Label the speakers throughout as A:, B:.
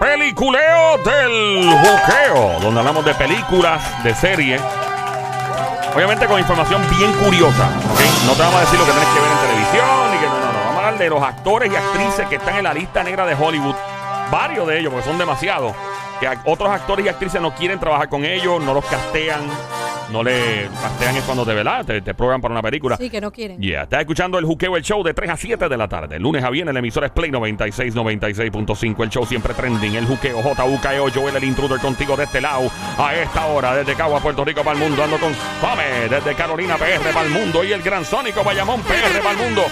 A: Peliculeo del Buqueo, donde hablamos de películas, de series. Obviamente con información bien curiosa. ¿ok? No te vamos a decir lo que tienes que ver en televisión ni que no, no, no. Vamos a hablar de los actores y actrices que están en la lista negra de Hollywood. Varios de ellos, porque son demasiados. Que a- otros actores y actrices no quieren trabajar con ellos, no los castean, no le castean es cuando te velas, te, te programan para una película.
B: Sí, que no quieren.
A: Ya, estás escuchando el Juqueo, el show de 3 a 7 de la tarde. Lunes a viernes, la emisora es Play 96, 96.5. El show siempre trending. El Juqueo, JUKEO, E Joel, el intruder contigo de este lado. A esta hora, desde Cagua, Puerto Rico para el mundo. Ando con Fame, desde Carolina PR para el mundo. Y el gran Sónico Bayamón PR para el mundo.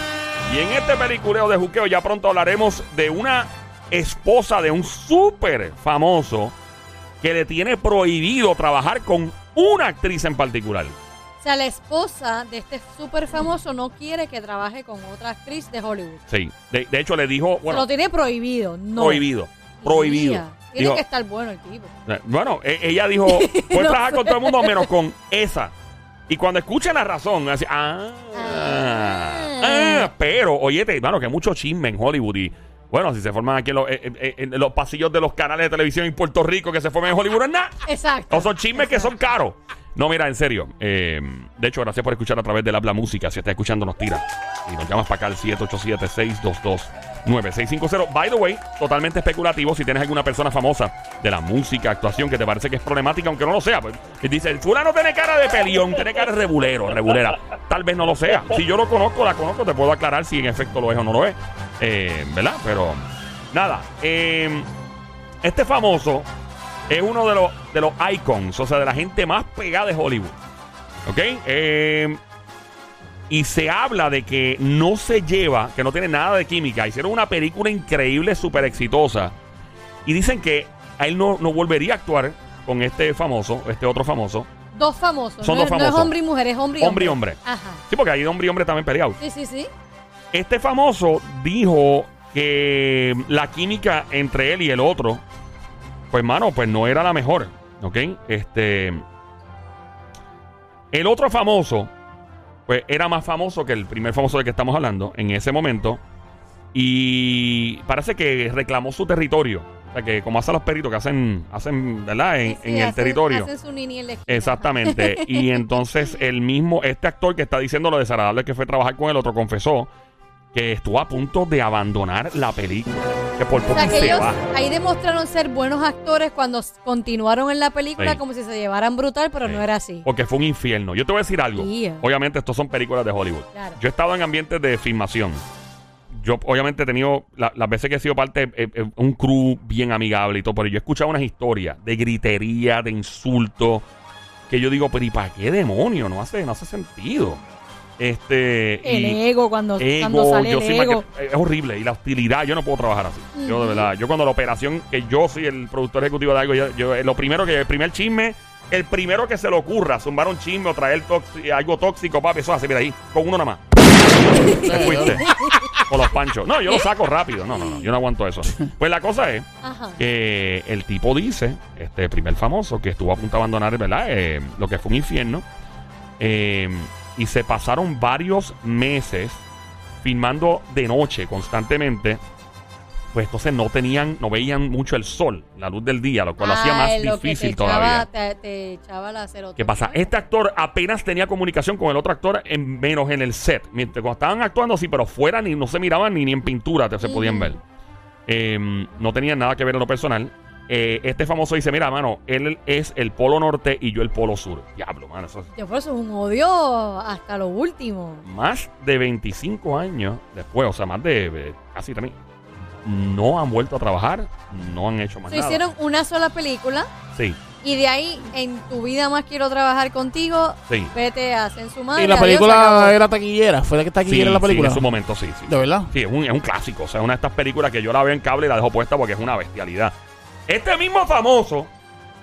A: Y en este peliculeo de Juqueo ya pronto hablaremos de una esposa de un súper famoso que le tiene prohibido trabajar con una actriz en particular.
B: O sea, la esposa de este súper famoso no quiere que trabaje con otra actriz de Hollywood.
A: Sí, de, de hecho le dijo...
B: Se
A: Bueno,
B: lo tiene prohibido, no.
A: Prohibido. Prohibido.
B: Mira, Tiene
A: Dijo-
B: que estar bueno el tipo.
A: eh, bueno, e- ella dijo, puedes
B: No
A: trabajar
B: sé.
A: con todo el mundo menos con esa. Y cuando escucha la razón, así, ah,
B: Ah.
A: ah, pero, oyete, hermano, que mucho chisme en Hollywood y, bueno, si se forman aquí en los, eh, eh, en los pasillos de los canales de televisión en Puerto Rico que se forman en Hollywood, nada.
B: Exacto.
A: O son chismes que son caros. No, mira, en serio. eh, de hecho, gracias por escuchar a través del Habla Música. Si estás escuchando, nos tira. Y nos llamas para acá al 787-622-9650. By the way, totalmente especulativo. Si tienes alguna persona famosa de la música, actuación, que te parece que es problemática, aunque no lo sea. Pues, y dice, el fulano tiene cara de pelión, tiene cara de rebulero, rebulera. Tal vez no lo sea. Si yo lo conozco, la conozco, te puedo aclarar si en efecto lo es o no lo es. Eh, ¿Verdad? Pero, nada. eh, este famoso es uno de los, de los icons, o sea, de la gente más pegada de Hollywood. ¿Ok? Eh, y se habla de que no se lleva, que no tiene nada de química. Hicieron una película increíble, súper exitosa. Y dicen que a él no, no volvería a actuar con este famoso, este otro famoso.
B: Dos famosos.
A: Son
B: no,
A: dos
B: es- no
A: famosos.
B: es hombre y mujer, es hombre y
A: Hombre
B: hombre.
A: y hombre.
B: Ajá.
A: Sí, porque hay hombre y hombre también peleados.
B: Sí, sí, sí.
A: Este famoso dijo que la química entre él y el otro, pues mano, pues no era la mejor, ¿ok? Este, el otro famoso, pues era más famoso que el primer famoso del que estamos hablando en ese momento y parece que reclamó su territorio, o sea que como hacen los perritos que hacen, hacen, ¿verdad? En,
B: Sí, sí,
A: en el
B: hacen-
A: territorio.
B: hacen su nini en la esquina.
A: Exactamente. Y entonces el mismo, este actor que está diciendo lo desagradable que fue trabajar con el otro, confesó que estuvo a punto de abandonar la película. Que por
B: O
A: poco
B: sea,
A: y
B: que
A: se
B: ellos
A: va.
B: ahí demostraron ser buenos actores cuando s- continuaron en la película
A: Sí.
B: como si se llevaran brutal, pero
A: Sí.
B: no era así.
A: Porque fue un infierno. Yo te voy a decir algo.
B: Yeah.
A: Obviamente, estos son películas de Hollywood.
B: Claro.
A: Yo he estado en ambientes de filmación. Yo, obviamente, he tenido la- las veces que he sido parte de un crew bien amigable y todo, pero yo he escuchado unas historias de gritería, de insultos, que yo digo, pero ¿y para qué demonio? No hace, no hace sentido. Este.
B: El
A: y-
B: ego, cuando, cuando
A: ego,
B: sale
A: yo
B: el
A: soy más
B: ego.
A: que- es horrible y la hostilidad, yo no puedo trabajar así. Yo de
B: Ujú.
A: verdad, yo cuando la operación que yo soy el productor ejecutivo de algo, yo, yo, eh, lo primero que el primer chisme, el primero que se le ocurra zumbar un chisme o traer toxi- algo tóxico, papi, eso hace, mira ahí, con uno nada más. Te fuiste. Con los panchos. No, yo lo saco rápido. No, no, no, yo no aguanto eso. Pues la cosa es
B: Ajá.
A: que el tipo dice, este primer famoso, que estuvo a punto de abandonar, ¿verdad? Eh, lo que fue un infierno. Eh, y se pasaron varios meses filmando de noche constantemente. Pues entonces no tenían, no veían mucho el sol, la luz del día, lo cual lo hacía
B: Ay,
A: más
B: Ah, lo que
A: difícil
B: te echaba-
A: todavía.
B: te, te echaba la serotonina.
A: ¿Qué pasa? Este actor apenas tenía comunicación con el otro actor, en, menos en el set. Mientras cuando estaban actuando, sí, pero fuera ni no se miraban ni, ni en pintura te, se podían
B: Ujú.
A: ver. Eh, no tenían nada que ver en lo personal. Eh, este famoso dice: Mira, mano, él es el polo norte y yo el polo sur. Diablo, mano, eso es
B: Yo por eso es un odio hasta lo último.
A: más de 25 años después, o sea, más de eh, casi también. No han vuelto a trabajar, no han hecho más
B: Se
A: Pues nada.
B: hicieron una sola película
A: Sí,
B: y de ahí en tu vida más quiero trabajar contigo.
A: sí.
B: Vete, hacen su madre.
C: Y la
B: adiós, se
C: película
B: acabó.
C: era taquillera, fue la que
A: Sí,
C: taquillera
A: sí,
C: la
A: Mm-hmm.
C: película.
A: en su momento, sí, sí.
C: de verdad.
A: Sí, es un, es un clásico. O sea, es una de estas películas que yo la veo en cable y la dejo puesta porque es una bestialidad. Este mismo famoso,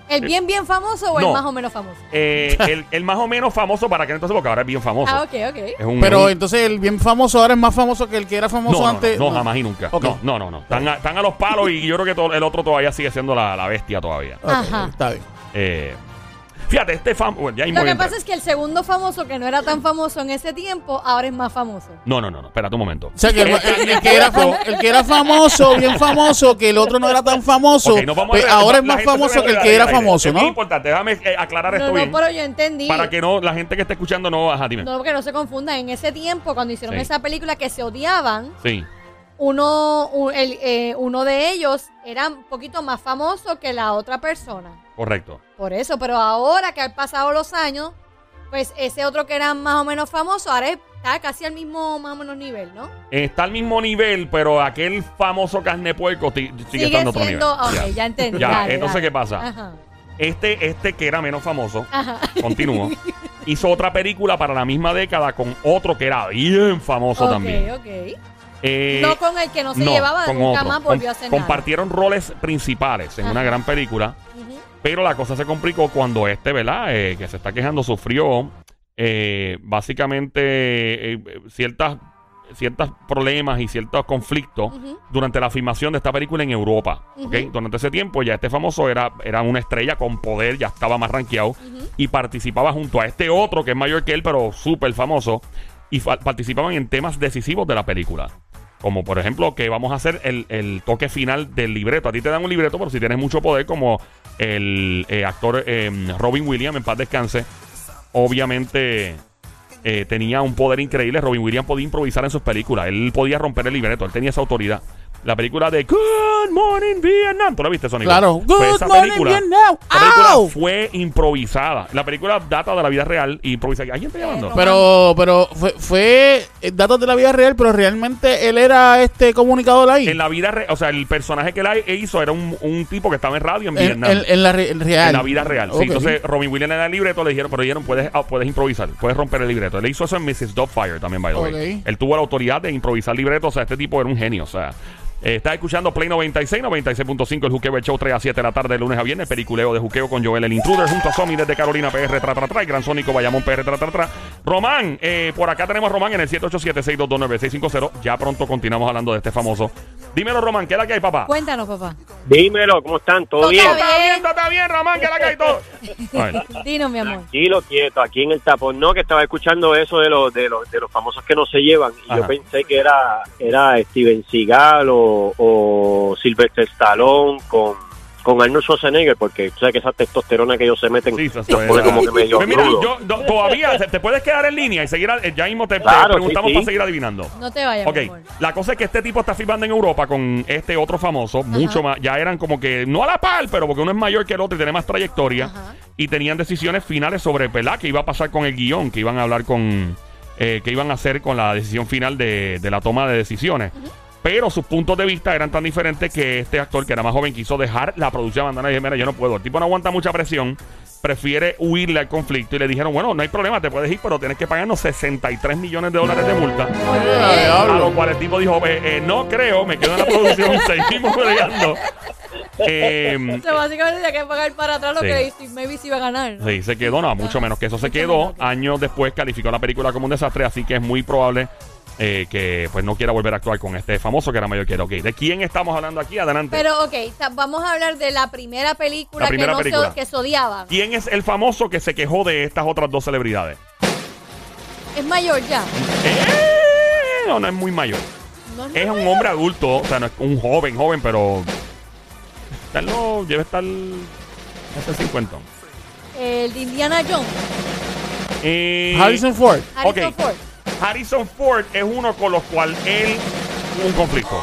B: ¿El bien, bien famoso o
A: No.
B: el más o menos famoso?
A: eh, el, el más o menos famoso para que entonces, porque ahora es bien famoso.
B: Ah, ok, ok.
A: Es un-
C: Pero
A: es un-
C: entonces el bien famoso ahora es más famoso que el que era
A: no,
C: famoso
A: no, no,
C: antes.
A: no, jamás y nunca.
C: Ok.
A: No, no, no. no. Están, a, están a los palos y yo creo que to- el otro todavía sigue siendo la, la bestia todavía.
C: Ok,
B: Ajá.
C: Está bien.
A: Eh, Fíjate, este famoso. ya mismo
B: Lo que
A: entra.
B: pasa es que el segundo famoso, que no era tan famoso en ese tiempo, ahora es más famoso.
A: No, no, no, no, espérate un momento.
C: O sea, que el,
A: Este
C: el- el que era, fa- el que era famoso, bien famoso, que el otro no era tan famoso,
A: Ok, nos vamos a
C: pues
A: re-
C: ahora es
A: la
C: más
A: gente se
C: famoso que el
A: revela
C: que
A: del
C: era
A: aire.
C: famoso,
A: Es muy
C: ¿no?
A: importante, déjame eh, aclarar esto
B: No,
A: bien.
B: no, pero yo entendí.
A: para que no, la gente que está escuchando no, ajá, dime.
B: No, porque no se confundan. En ese tiempo, cuando hicieron
A: Sí.
B: esa película que se odiaban,
A: Sí.
B: uno, u- el, eh, uno de ellos era un poquito más famoso que la otra persona.
A: Correcto.
B: Por eso, pero ahora que han pasado los años, pues ese otro que era más o menos famoso, ahora está casi al mismo más o menos nivel, ¿no?
A: Está al mismo nivel, pero aquel famoso carne puerco ti- sigue, estando a otro nivel.
B: siendo. Ok,
A: Ya.
B: ya, entendí.
A: Ya,
B: dale,
A: entonces,
B: dale.
A: ¿qué pasa?
B: Ajá.
A: Este, este que era menos famoso,
B: Ajá.
A: continuó, hizo otra película para la misma década con otro que era bien famoso
B: Ok,
A: también.
B: ok.
A: Eh,
B: no con el que no se
A: no,
B: llevaba,
A: con
B: nunca
A: otro.
B: más volvió
A: Com-
B: a hacer nada.
A: Compartieron roles principales en
B: Ajá.
A: una gran película.
B: Ujú.
A: Pero la cosa se complicó cuando este, ¿verdad? Eh, que se está quejando, sufrió eh, básicamente eh, eh, ciertas ciertos problemas y ciertos conflictos
B: Ujú.
A: durante la filmación de esta película en Europa. ¿ok?
B: Ujú.
A: Durante ese tiempo ya este famoso era, era una estrella con poder, ya estaba más rankeado y participaba junto a este otro que es mayor que él, pero súper famoso, y fa- participaban en temas decisivos de la película. Como por ejemplo que vamos a hacer el, el toque final del libreto. A ti te dan un libreto, pero si tienes mucho poder, como el eh, actor eh, Robin Williams, en paz descanse, obviamente eh, tenía un poder increíble. Robin Williams podía improvisar en sus películas. Él podía romper el libreto. Él tenía esa autoridad. La película de Good Morning Vietnam. ¿Tú la viste, Sonic?
C: Claro.
A: Pues
C: Good
A: esa
C: morning,
A: película-
C: bien now.
A: la película
C: Au.
A: fue improvisada. La película data de la vida real y improvisada. ¿Alguien está llamando?
B: Pero-
C: Pero, pero fue, fue eh, datos de la vida real, pero realmente él era este comunicador ahí.
A: En la vida real, o sea, el personaje que él ha- hizo era un, un tipo que estaba en radio en
C: En,
A: Vietnam.
C: en- en la re- real.
A: En la vida real. Sí,
C: Ah, Ok.
A: entonces Robin Williams era el libreto, le dijeron, pero le dijeron, puedes, ah, puedes improvisar, puedes romper el libreto. Él hizo eso en Mrs. Doubtfire también, by the way.
C: Ok.
A: Él tuvo la autoridad de improvisar libretos, o sea, este tipo era un genio, o sea. eh, estás escuchando Play 96, 96.5, el Juqueo el Show, 3 a 7 de la tarde, de lunes a viernes, Periculeo de Juqueo con Joel el Intruder, junto a Somi desde Carolina PR, tra, tra, tra, y Gran Sónico Bayamón PR, tra, tra, tra. Román, eh, por acá tenemos a Román en el 787-622-9650, ya pronto continuamos hablando de este famoso. Dímelo, Román, ¿qué es la que hay, papá?
B: Cuéntanos, papá.
D: Dímelo, ¿cómo están? ¿Todo
B: Todo
D: bien?
B: bien.
A: Está bien, está bien, Román, ¿qué es la que hay todo? A ver.
B: Dinos, mi amor.
D: Tranquilo, quieto, aquí en el tapón. No, que estaba escuchando eso de los de los, de los famosos que no se llevan. Y
A: Ajá.
D: yo pensé que era era Steven Seagal o, o Sylvester Stallone con, con Arnold Schwarzenegger, porque tú sabes que esa testosterona que ellos se meten
A: Sí, eso
D: los
A: es,
D: pone
A: claro.
D: como que medio
A: Pues mira,
D: rudo.
A: yo no, todavía te, te puedes quedar en línea y seguir. a- eh, ya mismo te, te
D: Claro, sí,
A: preguntamos
D: sí.
A: para seguir adivinando.
B: No te vayas,
A: Ok,
B: mi amor.
A: la cosa es que este tipo está firmando en Europa con este otro famoso, mucho más. Ya eran como que no a la par, pero porque uno es mayor que el otro y tiene más trayectoria.
B: Ajá.
A: Y tenían decisiones finales sobre, ¿verdad?, que iba a pasar con el guión, que iban a hablar con. eh, que iban a hacer con la decisión final de, de la toma de decisiones. Pero sus puntos de vista eran tan diferentes que este actor, que era más joven, quiso dejar la producción abandonada y dije, mira, yo no puedo. El tipo no aguanta mucha presión, prefiere huirle al conflicto. Y le dijeron, bueno, no hay problema, te puedes ir, pero tienes que pagarnos 63 millones de dólares de multa.
C: Ah,
A: A lo
C: diablo.
A: cual el tipo dijo, "Eh, eh, no creo, me quedo en la producción, seguimos peleando. Eh,
B: O sea, básicamente tenía que pagar para atrás lo
A: Sí.
B: que hizo y maybe se iba a ganar. ¿no?
A: Sí, se quedó, no, mucho menos que eso se
B: Mucho
A: quedó.
B: menos que-
A: Años después calificó la película como un desastre, así que es muy probable eh, que pues no quiera volver a actuar con este famoso que era mayor que él. Ok, ¿de quién estamos hablando aquí? Adelante.
B: Pero, ok, ta- vamos a hablar de la primera película,
A: La primera
B: que, no
A: película.
B: Se, que se odiaban.
A: ¿Quién es el famoso que se quejó de estas otras dos celebridades?
B: Es mayor ya.
A: Eh, No, no es muy mayor.
B: No es
A: Es un hombre adulto, o sea, no es un joven, joven, pero. Está en los- debe estar. Ese 50.
B: El de Indiana Jones,
A: Eh,
C: Harrison Ford.
B: Harrison
A: Ok.
B: Ford.
A: Harrison Ford es uno con los cual él tuvo un conflicto.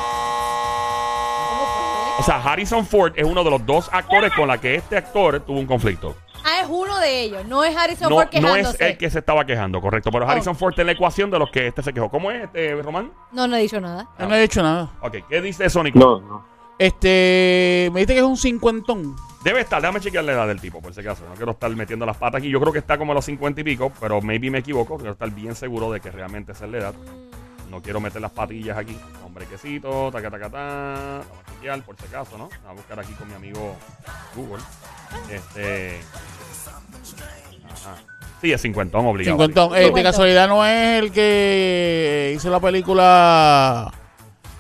A: O sea, Harrison Ford es uno de los dos actores con la que este actor tuvo un conflicto.
B: Ah, es uno de ellos. No es Harrison
A: No,
B: Ford
A: no es
B: quejándose.
A: el que se estaba quejando, correcto. Pero Harrison Ford está en la ecuación de los que este se quejó. ¿Cómo es, este, Román?
B: No, no he dicho nada.
A: Ah.
C: Yo no he hecho nada.
A: Ok, ¿qué dice Sonic?
D: No, no.
C: Este, me dijiste que es un cincuentón.
A: Debe estar, déjame chequear la edad del tipo, por si acaso. No quiero estar metiendo las patas aquí. Yo creo que está como a los 50 y pico, pero maybe me equivoco. Quiero estar bien seguro de que realmente esa es la edad. No quiero meter las patillas aquí. Hombre quesito, taca, taca, ta. Vamos a chequear, por si acaso, ¿no? Vamos a buscar aquí con mi amigo Google. Este. Ajá. Sí, es 50, obligado.
C: Cincuentón. Eh, de
B: Cincuentón.
C: casualidad no es el que hizo la eh, película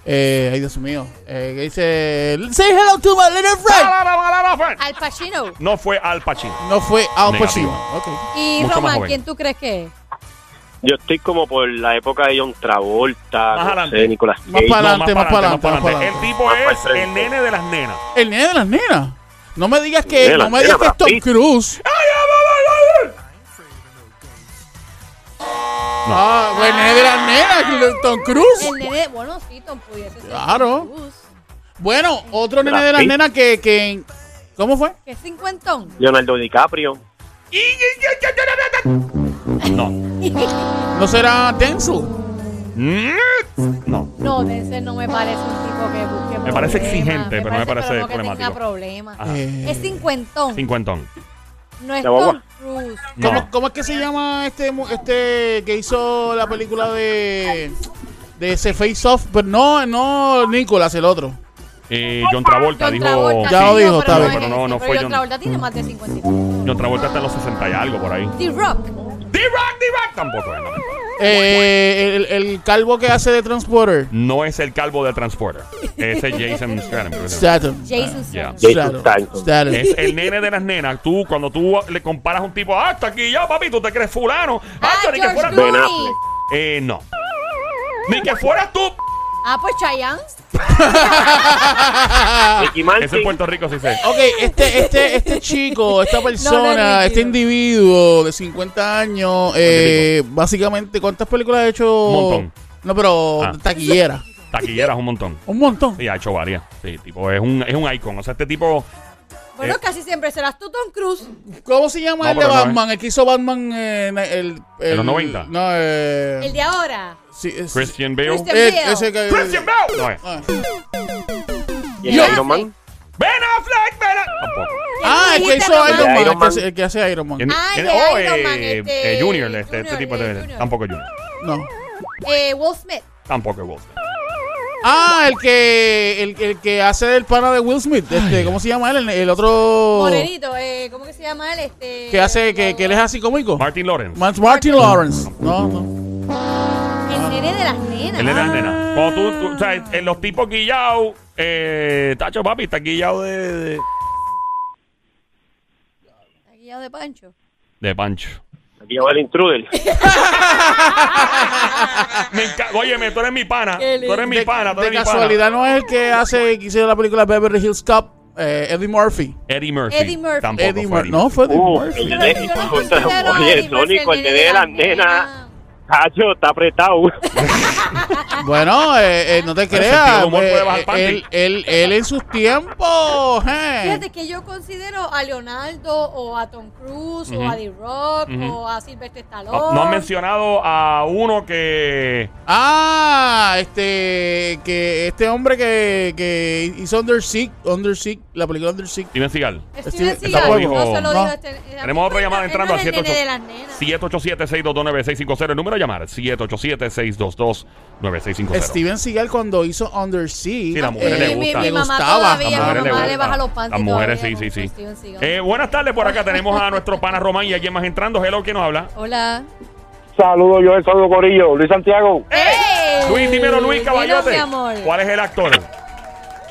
C: Eh, ay, Dios mío. Eh, que dice. Say hello to my little friend.
B: Al Pacino.
A: No fue Al Pacino.
C: No fue Al Pacino. Ok.
B: Y
A: Mucho más
B: Román,
A: joven.
B: ¿quién tú crees que es?
D: Yo estoy como por la época de John Travolta,
A: Más
D: no
A: adelante.
D: sé, Nicolas
C: Más
D: Cage.
C: para
A: No,
C: adelante, más para adelante, más para
A: El tipo
D: Más para
A: es
D: frente.
A: el nene de las nenas.
C: El nene de las nenas. No me digas que.
D: Nena,
C: No me digas
D: nena,
C: que es
D: Brad
C: Tom
D: Pitt.
C: Cruise. Ah, pues el nene de las nenas, Tom Cruise.
B: El nene, bueno, sí, Tom pudiese ser.
C: Claro.
B: Tom Cruise.
C: Bueno, otro nene
D: Brad
C: de las
D: Pitt.
C: nenas que, que. ¿Cómo fue?
B: Que es cincuentón.
D: Leonardo DiCaprio.
A: No.
C: ¿No será Denzel?
A: Mm, No.
B: No, Denzel no me parece un tipo que busque
A: Me parece
B: problemas.
A: exigente, pero no me parece
B: no que tenga
A: problemático. Ah.
B: problemas.
A: Ajá.
C: Eh,
B: Es cincuentón.
A: Cincuentón.
B: No es
D: La guagua.
B: Tom Cruise.
A: No.
C: ¿Cómo, cómo es que se llama este mu- este que hizo la película de de ese Face Off? Pero no, no Nicolás, el otro.
A: Eh, John Travolta
B: John
A: dijo.
B: Travolta.
C: Ya
B: sí,
C: lo dijo,
B: no,
C: está
B: pero
C: bien.
A: Pero no,
B: no,
A: no
B: fue
A: fue
B: John
A: John-
B: Travolta tiene más de 55.
A: John Travolta está en los 60 y algo por ahí.
B: D-Rock.
A: D-Rock, D-Rock. Tampoco es, no.
C: Eh, el, el calvo que hace de Transporter.
A: No es el calvo de Transporter. Ese es Jason Statham. creo que se llama.
C: Statham.
B: Jason
A: Yeah.
B: Statham.
C: Statham.
D: Jason Statham.
C: Statham.
A: Es el nene de las nenas. Tú, cuando tú le comparas a un tipo, ah, está aquí ya, papi, tú te crees fulano. Ah,
B: Ah,
A: ni que
B: George
A: fuera
D: Ben
B: Clooney.
D: Affleck.
A: Eh, no. Ni que fueras tú.
B: Ah, pues Chayanne.
A: Ah,
D: Ricky
A: Eso en
D: Martin.
A: Puerto Rico sí sé.
C: Ok, este, este, este chico, esta persona,
B: rígido.
C: este individuo de 50 años, eh, básicamente, ¿cuántas películas ha hecho?
A: Un montón.
C: No, pero
A: Ah.
C: taquillera.
A: Taquilleras un montón.
C: Un montón.
A: Sí, ha hecho varias. Sí, tipo, es un, es un icon. O sea, este tipo.
B: Bueno,
A: Eh.
B: casi siempre serás tú, Tom Cruise.
C: ¿Cómo se llama
A: No,
C: el de
A: pero no,
C: Batman? El que hizo Batman eh, en el, el-
A: ¿En los 90?
C: No, eh,
B: El de ahora.
C: sí, es-
A: Christian Bale.
B: Christian-
C: eh,
B: Bale.
C: ese que-
A: Christian Bale. No es.
C: Ah.
D: Y el
B: Yo-
D: Iron Man.
A: Ben Affleck, Ben Affleck. Tampoco.
C: Ah, el que
B: dijiste,
C: hizo Iron
B: Román?
C: Man,
D: Iron
C: el que
D: Man.
C: hace- el que hace Iron Man.
A: ¿Quién-
B: Ah,
A: quién-
B: el de
A: oh,
B: Iron Man,
A: eh,
B: este-
A: eh, Junior, este, este
B: Junior,
A: tipo
B: eh,
A: de.
B: Junior.
A: Tampoco es Junior.
C: No.
B: Eh, Will Smith.
A: Tampoco es Wolf.
C: Ah, el que el, el que hace el pana de Will Smith, este, ¿cómo se llama él? El, el
A: Oh.
C: otro
B: Morenito. Eh, ¿Cómo que se llama él? Este,
C: que hace que, que él es así cómico.
A: Martin Lawrence.
C: Ma- Martin Lawrence. No, no.
B: El nene de las nenas.
A: El de las
B: Ah.
A: nenas. Cuando tú, tú- o sea, en los tipos guillados, eh, Tacho Papi está guillado de, de,
B: Aquí ya Ah, de Pancho.
A: de Pancho.
D: Aquí va el intruder.
A: Me enca- Óyeme, tú eres mi pana. Tú
B: Qué lindo.
A: eres mi pana, tú
C: de
A: eres mi
C: casualidad no es el que hace que hizo la película Beverly Hills Cop, eh, Eddie Murphy.
A: pana. Eddie Murphy.
B: Eddie Murphy.
A: Tampoco
C: Eddie
A: fue
C: Mur no fue Eddie
D: Uh,
C: Murphy.
D: el
B: Yo
D: de-
B: no- yo no considero a
D: Oye,
B: Eddie Murphy
D: Sónico, el
B: el
D: de
B: nene de
D: de
B: las
D: las nenas.
B: nenas.
D: Tacho, está apretado.
C: Bueno, eh, eh, no te
A: Pero el
C: creas.
A: sentido del humor
C: eh,
A: puede bajar parte.
C: él, él, él en sus tiempos. eh.
B: Fíjate que yo considero a Leonardo o a Tom Cruise o a D-Rock o a Sylvester Stallone.
A: No, no han mencionado a uno que.
C: Ah, este que este hombre que, que hizo Under Sick, Under Sick, la película Under Sick.
A: Steven Seagal.
B: Steven
C: Steven-
B: Seagal,
A: tampoco
B: no se lo
C: dijo-
B: digo
C: no.
B: este- eh,
A: Tenemos otra
B: él no-
A: llamada
B: él
A: entrando al
B: no es el nene de las
A: 787
B: nenas.
A: 622 El número a llamar 787-622-9650.
C: Steven Seagal cuando hizo Under Sick. eh,
A: Sí, las mujeres
B: Mi-
A: le
B: mi,
A: gusta.
B: mi
A: Le
B: mamá
C: gustaba,
B: todavía,
C: a
B: mi
C: las
B: mamá
C: mujeres
B: le,
C: le gusta.
B: baja los panties
A: Las mujeres, sí,
B: todavía Pues,
A: sí, sí.
B: con Steven Seagal.
A: Eh, buenas tardes, por acá tenemos a nuestro pana Román y alguien más entrando. Hello, ¿quién nos habla?
B: Hola.
D: Saludos, yo saludo Corillo. Luis Santiago.
B: ¡Ey!
A: Luis, dímelo, Luis
B: Dinos,
A: Caballote.
B: Eh, mi amor.
A: ¿Cuál es el actor?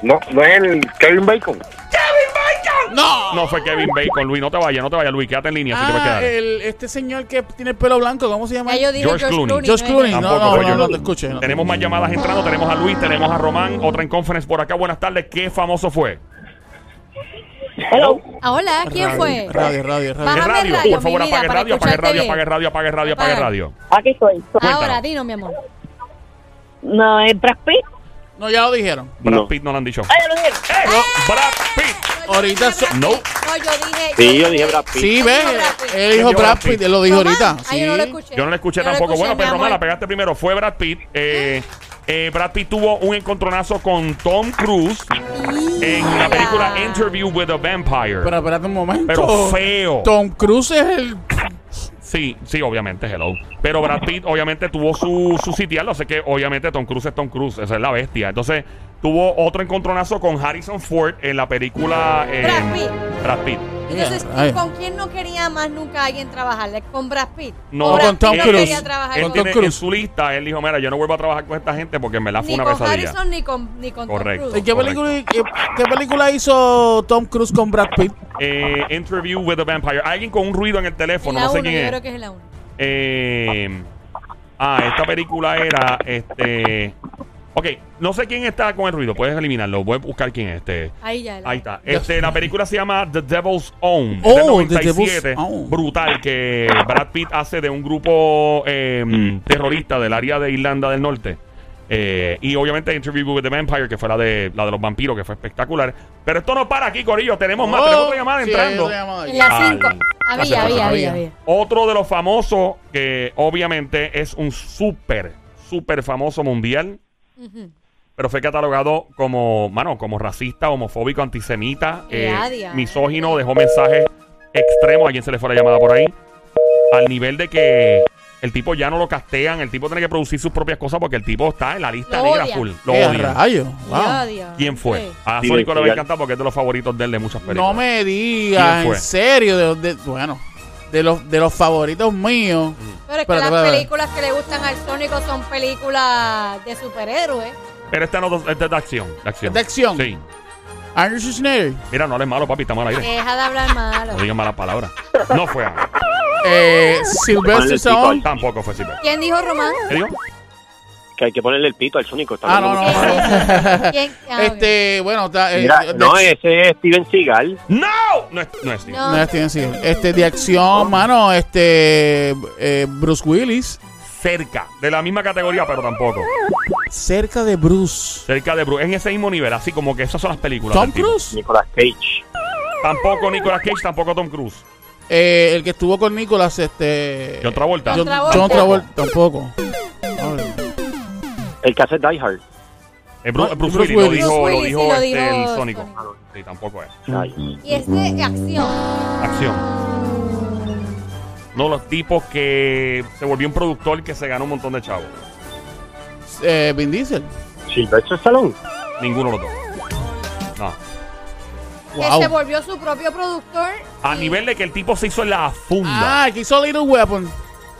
D: No, no es el Kevin Bacon.
C: No.
A: No fue Kevin Bacon, Luis. No te vayas, no te vayas, Luis. Quédate en línea si te puedes
C: Ah,
A: quedar.
B: eh,
C: el, este señor que tiene el pelo blanco, ¿cómo se llama?
B: Ya yo dije
A: George
B: George,
A: Clooney.
B: Clooney.
C: George
B: no es
C: Clooney. No,
B: él.
A: Tampoco
C: no,
A: fue
C: no,
A: George
C: no te
A: Clooney.
C: escuché. no.
A: Tenemos más llamadas entrando. Tenemos a Luis, tenemos a Román. Otra en conference por acá. Buenas tardes. ¿Qué famoso fue?
D: Hello.
B: Ah, hola, ¿quién
C: Radio,
B: fue?
C: Radio,
B: Baja-
C: radio, radio.
A: El
B: Bájame el
A: radio,
B: radio,
A: por favor,
B: mi vida,
A: apague el
B: para
A: radio, apague el
B: escucharte
A: radio,
B: bien.
A: apague el radio, apague el radio, apague el
B: Apaga.
A: radio.
E: Aquí estoy.
B: Ahora, dinos, mi amor.
E: No, es Brad Pitt.
C: No, ya lo dijeron.
A: Brad
D: No.
A: Pitt no lo han dicho.
E: Ah, ya lo dije.
A: ¡Eh! Brad Pitt.
B: yo
C: Ahorita
B: dije
C: so-
B: Brad
A: no.
B: Pitt. No, yo dije.
D: Sí, yo dije Brad Pitt.
C: Sí,
B: Él
C: ve.
B: dijo Brad Pitt.
C: Él dijo
A: Él dijo
C: Brad
A: Brad
C: Pitt,
A: Pitt.
C: él lo dijo
B: Román,
C: ahorita.
B: Ay, yo no lo
C: Sí.
B: escuché.
A: Yo no la escuché
B: Yo no
A: tampoco. bueno,
B: mi
A: pero Román,
B: amor.
A: la pegaste primero. Fue Brad Pitt. Eh, eh, Brad Pitt tuvo un encontronazo con Tom Cruise en la
B: Hola.
A: película Interview with a Vampire.
C: Pero espérate un momento.
A: Pero feo.
C: Tom Cruise es el.
A: Sí, sí, obviamente, hello. Pero Brad Pitt, obviamente, tuvo su, su sitial. O sea que, obviamente, Tom Cruise es Tom Cruise. Esa es la bestia. Entonces, tuvo otro encontronazo con Harrison Ford en la película. eh,
B: Brad Pitt.
A: Brad Pitt.
B: Entonces,
C: Ay.
B: ¿con quién no quería más nunca alguien trabajarle? ¿Con Brad Pitt?
A: No,
B: ¿O Brad
C: con
B: Pitt
C: Tom
A: él-
C: Cruise.
B: quería trabajar
A: Él
B: con-
A: tiene
C: Tom Cruise.
A: en su lista, él dijo, mira, yo no vuelvo a trabajar con esta gente porque en verdad fue
B: ni
A: una
B: con
A: pesadilla.
B: Harrison ni con, ni con Tom
A: Oh, Correcto.
B: Cruise.
C: ¿En ¿Qué película, qué, qué película hizo Tom Cruise con Brad Pitt?
A: Eh, interview with the Vampire. Alguien con un ruido en el
B: En
A: teléfono,
B: la
A: no sé
B: uno,
A: quién
B: yo
A: es.
B: creo que es en la 1.
A: Eh, ah, esta película era este. Ok, no sé quién está con el ruido, puedes eliminarlo. Voy a buscar quién es este.
B: Ahí ya. la-
A: Ahí está. Este, la película se llama The Devil's Own.
C: Oh,
A: del
C: The Devil's
A: 97.
C: Own.
A: Brutal, que Brad Pitt hace de un grupo eh, terrorista del área de Irlanda del Norte. Eh, y obviamente Interview with the Vampire, que fue la de, la de los vampiros, que fue espectacular. Pero esto no para aquí, Corillo. Tenemos más. tenemos otra llamada
C: Oh, Sí,
A: entrando.
C: otra llamada ahí.
B: En la
A: Ay.
B: 5. Había,
A: Gracias,
B: había,
C: había.
B: había, había.
A: Otro de los famosos, que obviamente es un súper, súper famoso mundial,
B: Ujú.
A: pero fue catalogado como, mano, como racista, homofóbico, antisemita, eh,
B: Ya, diablo.
A: misógino, dejó mensajes extremos, a quien se le fue la llamada por ahí, al nivel de que el tipo ya no lo castean, el tipo tiene que producir sus propias cosas porque el tipo está en la lista
B: Lo
A: negra
B: odian.
A: full, lo
C: ¡Qué
A: odian.
C: rayo! Wow.
B: Ya, diablo.
A: ¿Quién fue?
B: Sí.
A: A
D: Sí,
A: Sónico le va a
D: ya.
A: encantar porque es de los favoritos de él de muchas películas.
C: No me
A: ¿Quién
C: digas,
A: fue?
C: en serio, de, de- bueno, de los, de los favoritos míos.
A: Mm.
B: Pero es que
C: Espérate,
B: las
C: espérate.
B: películas que le gustan al Sónico son películas de superhéroes.
A: Pero esta no esta es de acción, de acción.
C: ¿Es de acción?
A: Sí.
C: Arnold Schwarzenegger,
A: Mira, no hables malo, papi, estamos al aire.
B: Deja de hablar malo.
A: No digan malas palabras. No fue Ana.
C: eh, Sylvester
D: Arnold
C: Stallone.
A: Tampoco fue Silver.
B: ¿Quién dijo Román?
A: ¿Qué digo?
D: Que hay que ponerle el pito al Sónico. está
C: Ah, no,
D: hablando
C: no.
D: mucho.
B: ¿Quién? Ah, ok.
C: Este, bueno, está, eh,
D: Mira,
C: de
D: no,
C: ac-
D: ese es Steven Seagal.
A: ¡No! No es, no es Silver.
B: No,
C: no es Steven Seagal. Este, de acción, mano, este, eh, Bruce Willis.
A: Cerca. De la misma categoría, pero tampoco.
C: Cerca de Bruce.
A: Cerca de Bruce. En ese mismo nivel, así como que esas son las películas.
C: Tom
A: del tipo.
C: Cruise.
D: Nicolas Cage.
A: Tampoco Nicolas Cage, tampoco Tom Cruise.
C: Eh, el que estuvo con Nicolas, este.
A: John Travolta.
C: John,
B: John Travolta.
C: John Travolta, tampoco. Ay.
D: El que hace Die Hard.
A: Eh, Bru-
C: Ah,
A: Bruce, Willis,
C: Bruce Willis.
A: Lo dijo,
B: Bruce
A: lo
B: Willis,
A: dijo
B: sí, lo
A: este,
B: dijo
A: el Sónico.
B: Sónico.
A: Sí, tampoco es.
D: Ay.
B: Y es de acción.
A: Acción. No, los tipos que se volvió un productor que se ganó un montón de chavos.
C: Eh, Vin Diesel.
D: Sylvester Stallone.
A: Ninguno de los dos. No.
B: Que se
C: Wow.
B: volvió su propio productor.
A: A
B: y-
A: nivel de que el tipo se hizo en la funda.
C: Ah, el que hizo Little Weapon.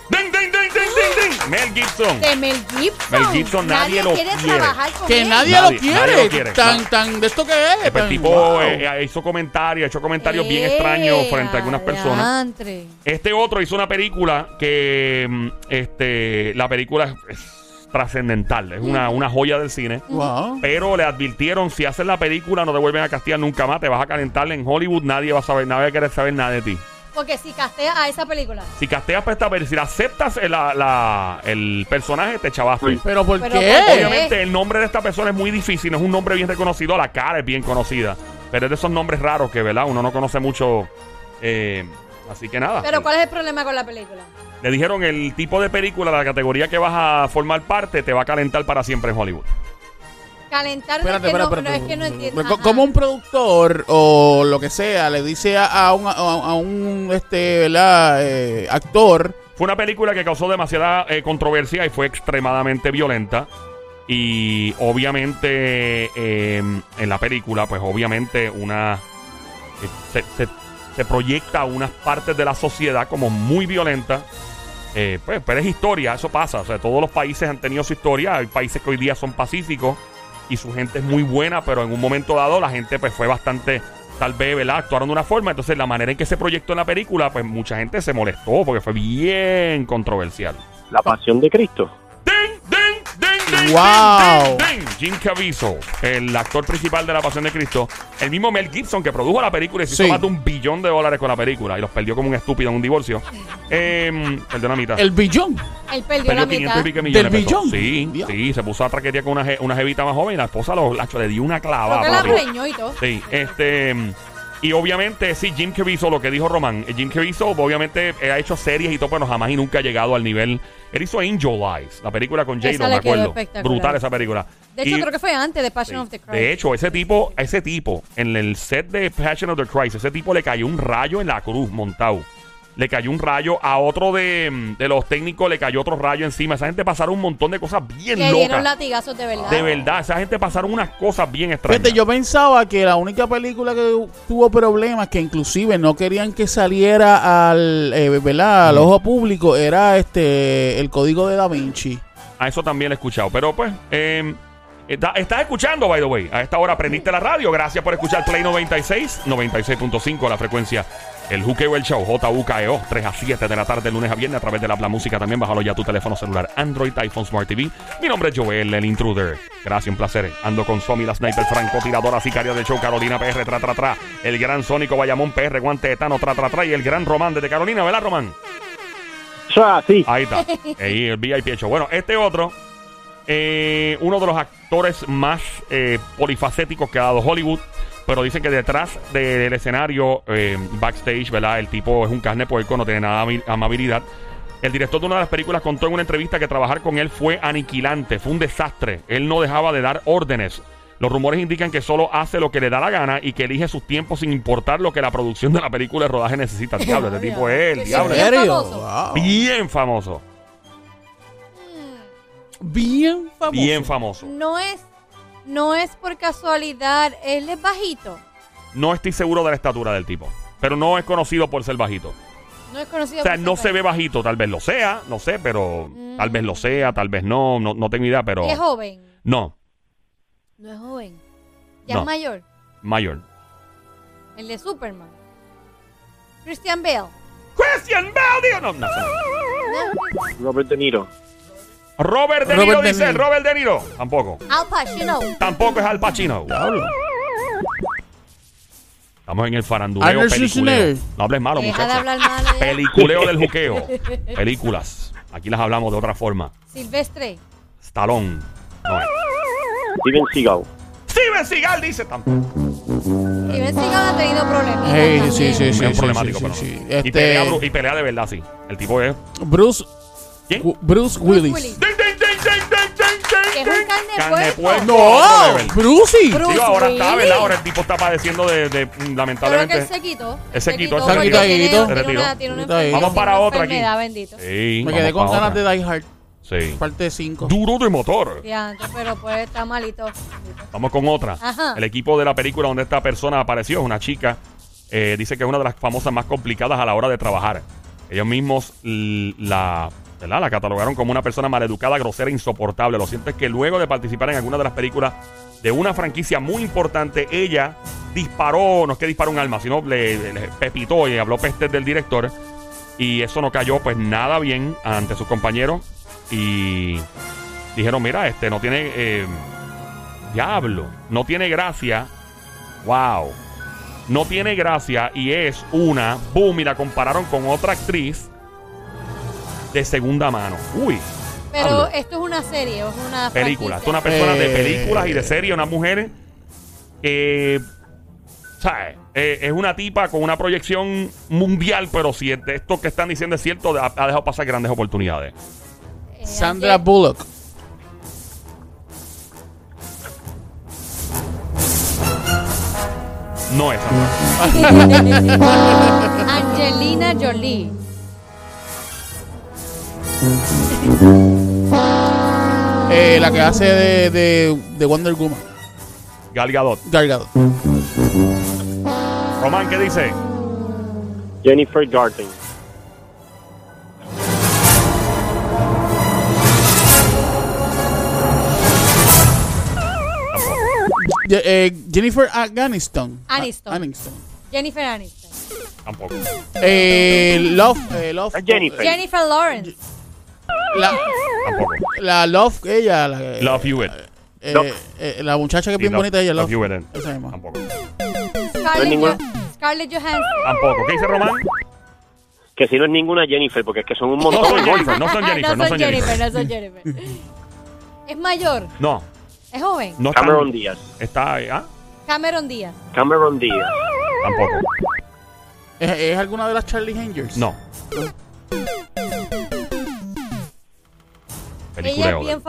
A: ¡Ding, ding, ding, ding, ding, ding! Mel Gibson.
B: De Mel Gibson.
A: Mel Gibson, nadie lo
B: quiere.
A: quiere.
B: trabajar con
C: Que
B: él.
C: nadie,
A: Nadie-
C: lo quiere.
A: nadie lo quiere,
C: Tan,
A: no.
C: tan de esto que es.
A: Eh, pero
C: tan-
A: el tipo
C: wow.
A: eh, eh, hizo comentarios, ha hecho comentarios bien
B: Eh,
A: extraños frente a algunas personas.
B: adiantre.
A: Este otro hizo una película que mm, este, la película es, es trascendental, es una, una joya del cine.
C: Wow.
A: Pero le advirtieron, si haces la película no te vuelven a castigar nunca más, te vas a calentar en Hollywood, nadie va a saber, nadie va a querer saber nada de ti.
B: Porque si castea a esa película.
A: Si casteas para esta película, si la aceptas eh, la- la- el personaje, te chavaste.
C: Pero ¿por
B: Pero
C: qué?
B: ¿por qué?
A: Obviamente el nombre de esta persona es muy difícil, no es un nombre bien reconocido, la cara es bien conocida, pero es de esos nombres raros que, ¿verdad? Uno no conoce mucho. eh, así que nada.
B: Pero ¿cuál es el problema con la película?
A: Le dijeron el tipo de película, la categoría que vas a formar parte, te va a calentar para siempre en Hollywood.
B: Calentar
C: Espérate,
B: es que
C: espérate,
B: no,
C: espérate.
B: no, es que no entiendo.
C: Co-
B: Ajá.
C: Como un productor o lo que sea le dice a, a un, a- a un, este, ¿verdad? Eh, actor,
A: Fue una película que causó demasiada eh, controversia y fue extremadamente violenta. Y obviamente eh, en la película, pues obviamente una... eh, Se, se- se proyecta a unas partes de la sociedad como muy violentas. Eh, pues, pero es historia, eso pasa. O sea, todos los países han tenido su historia. Hay países que hoy día son pacíficos y su gente es muy buena, pero en un momento dado la gente pues fue bastante, tal vez, ¿verdad? Actuaron de una forma. Entonces la manera en que se proyectó en la película, pues mucha gente se molestó porque fue bien controversial.
D: La pasión de Cristo.
A: ¡Ding, ding, ding, ding, ding,
C: Wow.
A: ding, ding! Jim Caviezel, el actor principal de La Pasión de Cristo, el mismo Mel Gibson que produjo la película y se
C: Sí.
A: hizo más de un billón de dólares con la película y los perdió como un estúpido en un divorcio. Eh, perdona, mitad.
C: el billón.
B: Él perdió la
A: Perdió 500
B: mitad.
A: y pico millones.
C: ¿Del
A: de pesos.
C: billón?
A: Sí,
C: Diablo.
A: sí, se puso a traquetear con una, je- una jevita más joven y la esposa lo, lacho, le dio una
B: Creo
A: clavada.
B: que la
A: papi.
B: preñó y todo.
A: Sí, este. mm, Y obviamente, sí, Jim Caviezel, lo que dijo Román. eh, Jim Caviezel, obviamente, eh, ha hecho series y todo, pero jamás y nunca ha llegado al nivel. Él hizo Angel Eyes, la película con
B: Esa
A: J-Lo, me
B: le quedó
A: acuerdo.
B: espectacular.
A: Brutal esa película.
B: De hecho,
A: Y-
B: creo que fue antes de Passion
A: sí.
B: of the Christ.
A: De hecho, ese tipo, ese tipo, en el set de Passion of the Christ, ese tipo le cayó un rayo en la cruz montado. le cayó un rayo, a otro de, de los técnicos le cayó otro rayo encima. Esa gente pasaron un montón de cosas bien
B: Que dieron
A: locas.
B: latigazos de verdad.
A: De verdad, esa gente pasaron unas cosas bien extrañas.
C: Fíjate, yo pensaba que la única película que tuvo problemas, que inclusive no querían que saliera al, eh, ¿verdad? al ojo público, era este el código de Da Vinci.
A: A eso también lo he escuchado. Pero pues, eh, está- estás escuchando, by the way. A esta hora aprendiste la radio. Gracias por escuchar Play 96, 96.5, la frecuencia. El Juqueo El Show, J-U-K-E-O, 3 E a 7 de la tarde, lunes a viernes, a través de la Bla Música. También bájalo ya a tu teléfono celular, Android, iPhone, Smart TV. Mi nombre es Joel, el intruder. Gracias, un placer. Ando con Somi, la sniper, francotiradora, sicaria del show, Carolina PR, tra, tra, tra. El gran Sónico Bayamón PR, guante de Tano, tra, tra, tra. Y el gran Román desde Carolina, ¿verdad, Román?
D: Eso es así.
C: Ah.
A: Ahí está. Ahí el VIP hecho. Bueno, este otro, eh, uno de los actores más eh, polifacéticos que ha dado Hollywood. Pero dicen que detrás de- del escenario, eh, backstage, ¿verdad? El tipo es un carne puerco, no tiene nada de ami- amabilidad. El director de una de las películas contó en una entrevista que trabajar con él fue aniquilante, fue un desastre. Él no dejaba de dar órdenes. Los rumores indican que solo hace lo que le da la gana y que elige sus tiempos sin importar lo que la producción de la película de rodaje necesita. Diablo, este tipo es el
B: Qué
A: diablo.
B: bien
C: serio?
B: famoso.
C: Wow.
A: Bien famoso.
C: Bien famoso.
A: Bien famoso.
B: Mm, No es, no es por casualidad, él es bajito.
A: No estoy seguro de la estatura del tipo. Pero no es conocido por ser bajito.
B: No es conocido.
A: O sea,
B: por
A: no
B: ser
A: se ve
B: bajito.
A: bajito. Tal vez lo sea, no sé, pero.
B: Mm.
A: Tal vez lo sea, tal vez no. No, no tengo idea, pero.
B: Es joven.
A: No,
B: No es joven. Ya
A: No.
B: es mayor.
A: mayor.
B: El de Superman. Christian Bale.
A: Christian Bale, digo, no, no, no.
D: Robert De Niro.
A: Robert De Niro
C: Robert De
A: dice,
C: Niro.
A: Robert De Niro. Tampoco.
B: Al Pacino.
A: Tampoco es Al Pacino.
C: Diablo.
A: Estamos en el faranduleo
C: Arnold
A: peliculeo.
C: Schwarzenegger.
A: No hables malo,
B: Deja de
A: muchachos.
B: hablar mal de
A: Peliculeo del juqueo. Películas. Aquí las hablamos de otra forma.
B: Silvestre.
A: Stallone. No es.
D: Steven Seagal.
A: Steven Seagal dice tampoco.
B: Steven Seagal ha tenido problemas.
C: Hey,
B: también.
C: sí, sí, sí,
A: Bien
C: sí,
A: problemático,
C: sí,
A: pero no.
C: sí, sí.
A: Y, pelea, bru- ¿Eh?
C: Este,
A: y pelea de verdad, sí. El tipo es.
C: Bruce,
A: ¿Quién?
C: Wu- Bruce Willis.
B: Willis.
A: ¡Ding, ding, ding, ding, ding, ding, ding,
B: Que es un
A: ding!
B: carne
A: Carne
B: puerco.
A: puerco, otro
C: No,
A: level.
C: Brucey.
B: Bru-
A: Digo, ahora está,
B: Bruce
A: ¿verdad? Ahora el tipo está padeciendo de, de, mm,
B: Creo que
A: lamentablemente.
B: él se quitó.
A: Él se quitó, él se
B: porque
A: quitó.
B: tiene-
C: Se
B: tiene
A: retiró.
B: una- tiene una
C: Está ahí.
B: enfermedad,
A: Vamos para
B: tiene una
A: otra aquí.
B: enfermedad, bendito.
A: Sí,
C: Me quedé con
A: vamos
C: ganas
A: pa'
C: de Die Hard,
A: otra. Sí.
C: parte 5.
A: Duro de motor.
B: Ya, antes, pero pues está malito.
A: Vamos con otra.
B: Ajá.
A: El equipo de la película donde esta persona apareció es una chica. eh, dice que es una de las famosas más complicadas a la hora de trabajar. Ellos mismos l- la, ¿verdad? la catalogaron como una persona maleducada, grosera, insoportable. Lo cierto es que luego de participar en alguna de las películas de una franquicia muy importante, ella disparó, no es que disparó un alma, sino le, le pepitó y habló pestes del director. Y eso no cayó pues nada bien ante sus compañeros. Y dijeron, mira, este no tiene... eh, Diablo, no tiene gracia. Wow. No tiene gracia y es una. Boom, y la compararon con otra actriz de segunda mano. Uy,
B: Pero
A: Hablo.
B: esto es una serie, o es una
A: película. Esto es una
B: franquicia.
A: persona de
C: Eh.
A: películas y de series, una mujer que. ¿Sabes? Eh, es una tipa con una proyección mundial, pero si es de esto que están diciendo es cierto, ha, ha dejado pasar grandes oportunidades.
B: Eh,
C: Sandra
B: Angel-
C: Bullock.
A: No es.
B: Angelina Jolie.
C: Eh, la que hace de, de, de Wonder Woman.
A: Gal Gadot.
C: Gal Gadot.
A: Román, ¿qué dice?
D: Jennifer Garden.
C: Ye- eh, Jennifer Aniston.
B: Aniston.
C: A- Aniston.
B: Jennifer Aniston.
A: Tampoco.
C: Eh, Love. eh, Love.
D: Es Jennifer.
C: eh,
B: Jennifer Lawrence.
C: La,
A: Tampoco.
C: la Love, ella. La,
A: Love you it.
C: eh,
D: Love.
C: eh, la muchacha que es bien
A: Sí, Love-
C: bonita, ella.
A: Love
C: Love.
A: you it.
C: Esa misma.
A: Tampoco.
B: Scarlett,
D: ninguna.
B: Jo- Scarlett Johansson.
A: Tampoco. ¿Qué dice Román?
D: Que si no es ninguna Jennifer, porque es que son un
A: No son
D: montón.
A: Jennifer, no son Jennifer,
B: Ah, no son Jennifer, no son Jennifer. Es mayor,
A: No,
B: es joven.
A: no está.
D: Cameron Díaz.
A: Está, ah,
B: Cameron Díaz.
D: Cameron Díaz.
A: tampoco.
C: ¿Es, es alguna de las Charlie Angels?
A: No.
B: Ella
A: Peliculeo.
B: es bien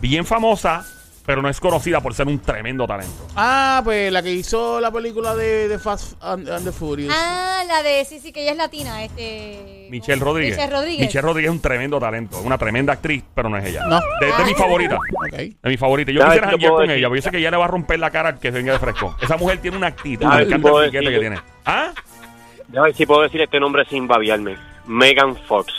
A: Bien,
B: famosa.
A: famosa, pero no es conocida por ser un tremendo talento.
C: Ah, pues la que hizo la película de, de Fast and, and the Furious.
B: Ah, la de sí, sí, que ella es latina, este.
A: Michelle Rodríguez.
B: Michelle Rodríguez.
A: Michelle Rodríguez es un tremendo talento, una tremenda actriz, pero no es ella.
C: No.
A: De, de mi favorita.
C: Ok.
A: De mi favorita. Yo
D: ¿Sabes
A: quisiera
D: qué
A: janguear
D: puedo
A: con
D: decir?
A: ella, porque yo sé que ella le va a romper la cara al que venga de fresco. Esa mujer tiene una actitud, me
D: ¿Sabes qué
A: encanta
D: puedo
A: el piquete
D: decir?
A: que tiene. ¿Ah?
D: A ver si puedo decir este nombre sin babiarme. Megan Fox.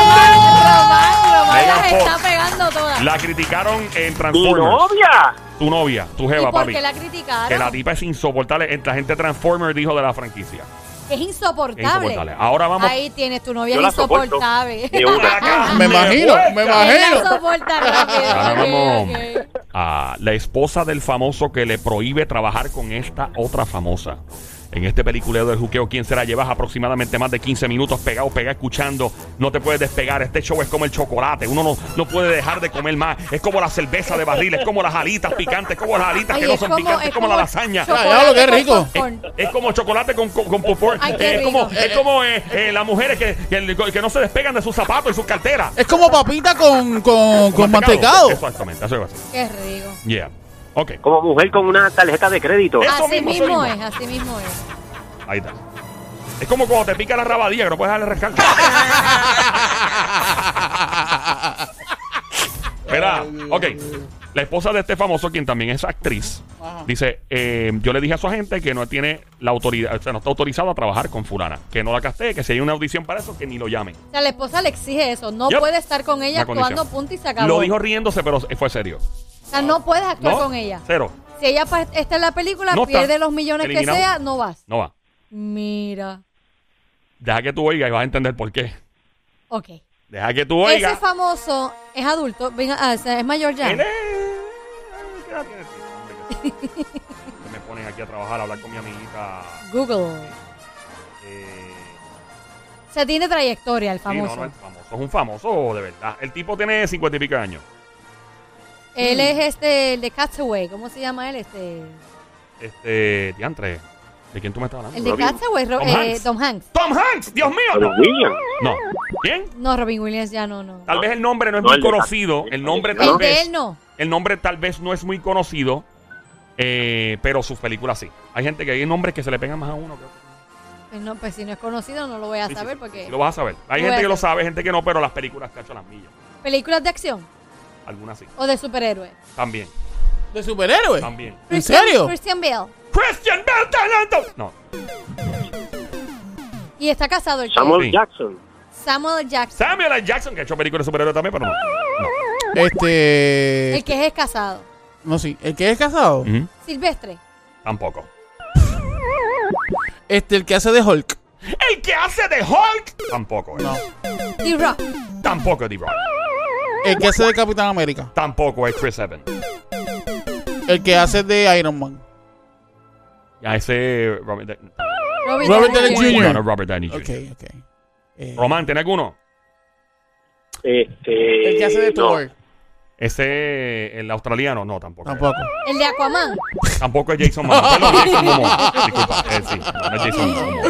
B: Román, Román
A: Megan
B: las
A: Fox.
B: está pegando todas.
A: La criticaron en
D: ¡Mi
A: Transformers.
D: novia!
A: Tu novia, tu
B: ¿Y
A: jeva,
B: por
A: papi.
B: qué la criticaron?
A: Que la tipa es insoportable. Entre la gente Transformers dijo de la franquicia.
B: Que es
A: Que
B: insoportable.
A: es insoportable. Ahora vamos.
B: Ahí tienes tu novia
D: Yo
B: es
D: la soporto.
B: insoportable.
D: De una.
B: Ah,
C: Me imagino, me
B: Es
C: imagino.
B: insoportable.
A: Ahora
B: ok,
A: vamos
B: ok.
A: a la esposa del famoso que le prohíbe trabajar con esta otra famosa. En este peliculeo del juqueo, ¿quién será? Llevas aproximadamente más de 15 minutos pegado, pega, escuchando. No te puedes despegar. Este show es como el chocolate. Uno no, no puede dejar de comer más. Es como la cerveza de barril. Es como las alitas picantes. Es como las alitas
B: Ay,
A: que no son picantes. Es como, la lasaña.
B: chocolate
C: Ya, diablo, qué
B: con
C: rico.
B: popcorn.
A: Es como chocolate con, con, con popcorn.
B: Ay, qué
A: Eh, es como,
B: rico.
A: es como eh, eh, las mujeres que, que, que no se despegan de sus zapatos y sus carteras.
C: Es como papita con, con, con mantecado.
A: Exactamente, eso es así.
B: Qué rico.
A: Yeah. Ok.
D: Como mujer con una tarjeta de crédito.
A: Eso
B: Así
A: mismo, eso
B: mismo es,
A: mismo.
B: así mismo es.
A: Ahí está. Es como cuando te pica la rabadilla que no puedes darle rescate. Espera, ok. La esposa de este famoso, quien también es actriz,
C: Ajá.
A: dice: eh, Yo le dije a su agente que no tiene la autoridad, o sea, no está autorizado a trabajar con Fulana, que no la castee, que si hay una audición para eso, que ni lo llamen.
B: O sea, la esposa le exige eso. No
A: Yep.
B: puede estar con ella
A: Una condición.
B: actuando punto y se acabó.
A: Lo dijo riéndose, pero fue serio.
B: o sea, no puedes actuar
A: ¿No?
B: con ella.
A: Cero.
B: Si ella pa- está en la película,
A: No está.
B: pierde los millones
A: Eliminado.
B: que sea, no vas.
A: No va.
B: Mira.
A: Deja que tú oigas y vas a entender por qué.
B: Ok.
A: Deja que tú oigas.
B: Ese famoso es adulto, venga, ah, o sea, es mayor ya.
A: Él es- ¿Qué edad tiene? Hombre, que sí. Que me ponen aquí a trabajar, a hablar con mi amiguita.
B: Google.
A: eh,
B: O sea, tiene trayectoria el
A: sí, no,
B: famoso.
A: no es famoso. Es un famoso, de verdad. El tipo tiene cincuenta y pico de años.
B: Él
A: Mm.
B: es este, el de Castaway. ¿Cómo se llama él? Este,
A: Este, diantre. ¿De quién tú me estás hablando?
B: el de
D: Robin-
B: Castaway, Ro-
A: Tom
B: eh,
A: Hanks.
B: Tom Hanks.
A: ¡Tom Hanks! ¡Dios mío!
D: Pero
A: No.
D: William.
A: No. ¿Quién?
B: No, Robin Williams ya no, no.
A: Tal vez el nombre no es
D: No,
A: muy
D: el de-
A: conocido. El nombre
D: ¿no?
A: tal
B: El de
A: vez.
B: él no.
A: El nombre tal vez no es muy conocido. eh, pero sus películas sí. Hay gente que hay nombres que se le pegan más a uno que a otro.
B: Pues, no. pues si no es conocido no lo voy a
A: Sí, sí,
B: saber
A: sí,
B: porque...
A: sí, lo vas a saber. Hay
B: Lo voy
A: gente
B: a
A: que lo
B: saber.
A: sabe, gente que no, pero las películas cacho a las millas.
B: ¿Películas de acción
A: Algunas sí.
B: o de superhéroes?
A: También,
C: ¿De superhéroe?
A: también.
C: ¿En serio?
B: Christian Bale.
A: Christian Bale talento. No,
B: Y está casado el
D: Samuel
A: Sí.
D: Jackson.
B: chico. Samuel Jackson.
A: Samuel L. Jackson, que ha hecho películas de superhéroes también, pero no. no.
B: El
C: Este.
B: que es casado.
C: No, sí. ¿El que es casado?
A: Ujú,
B: Silvestre.
A: Tampoco.
C: Este, el que hace de Hulk.
A: El que hace de Hulk. Tampoco, eh.
C: No.
B: D-Rock.
A: Tampoco es The Rock.
C: El que hace de Capitán América.
A: Tampoco es Chris Evans.
C: El que hace de Iron Man.
A: Ya ese. Robert, Da-
B: Robert,
C: Robert Downey Jr.
A: No, no, Robert Downey Jr.
C: Ok, ok. Eh,
A: Román, ¿tiene alguno?
D: Este,
C: el que hace de
D: no.
C: Thor.
A: Ese. El australiano. No, tampoco.
C: Tampoco.
B: El de Aquaman.
A: Tampoco es Jason Momoa. Perdón, Jason Momoa. Disculpa. eh, sí, no es Jason Momoa.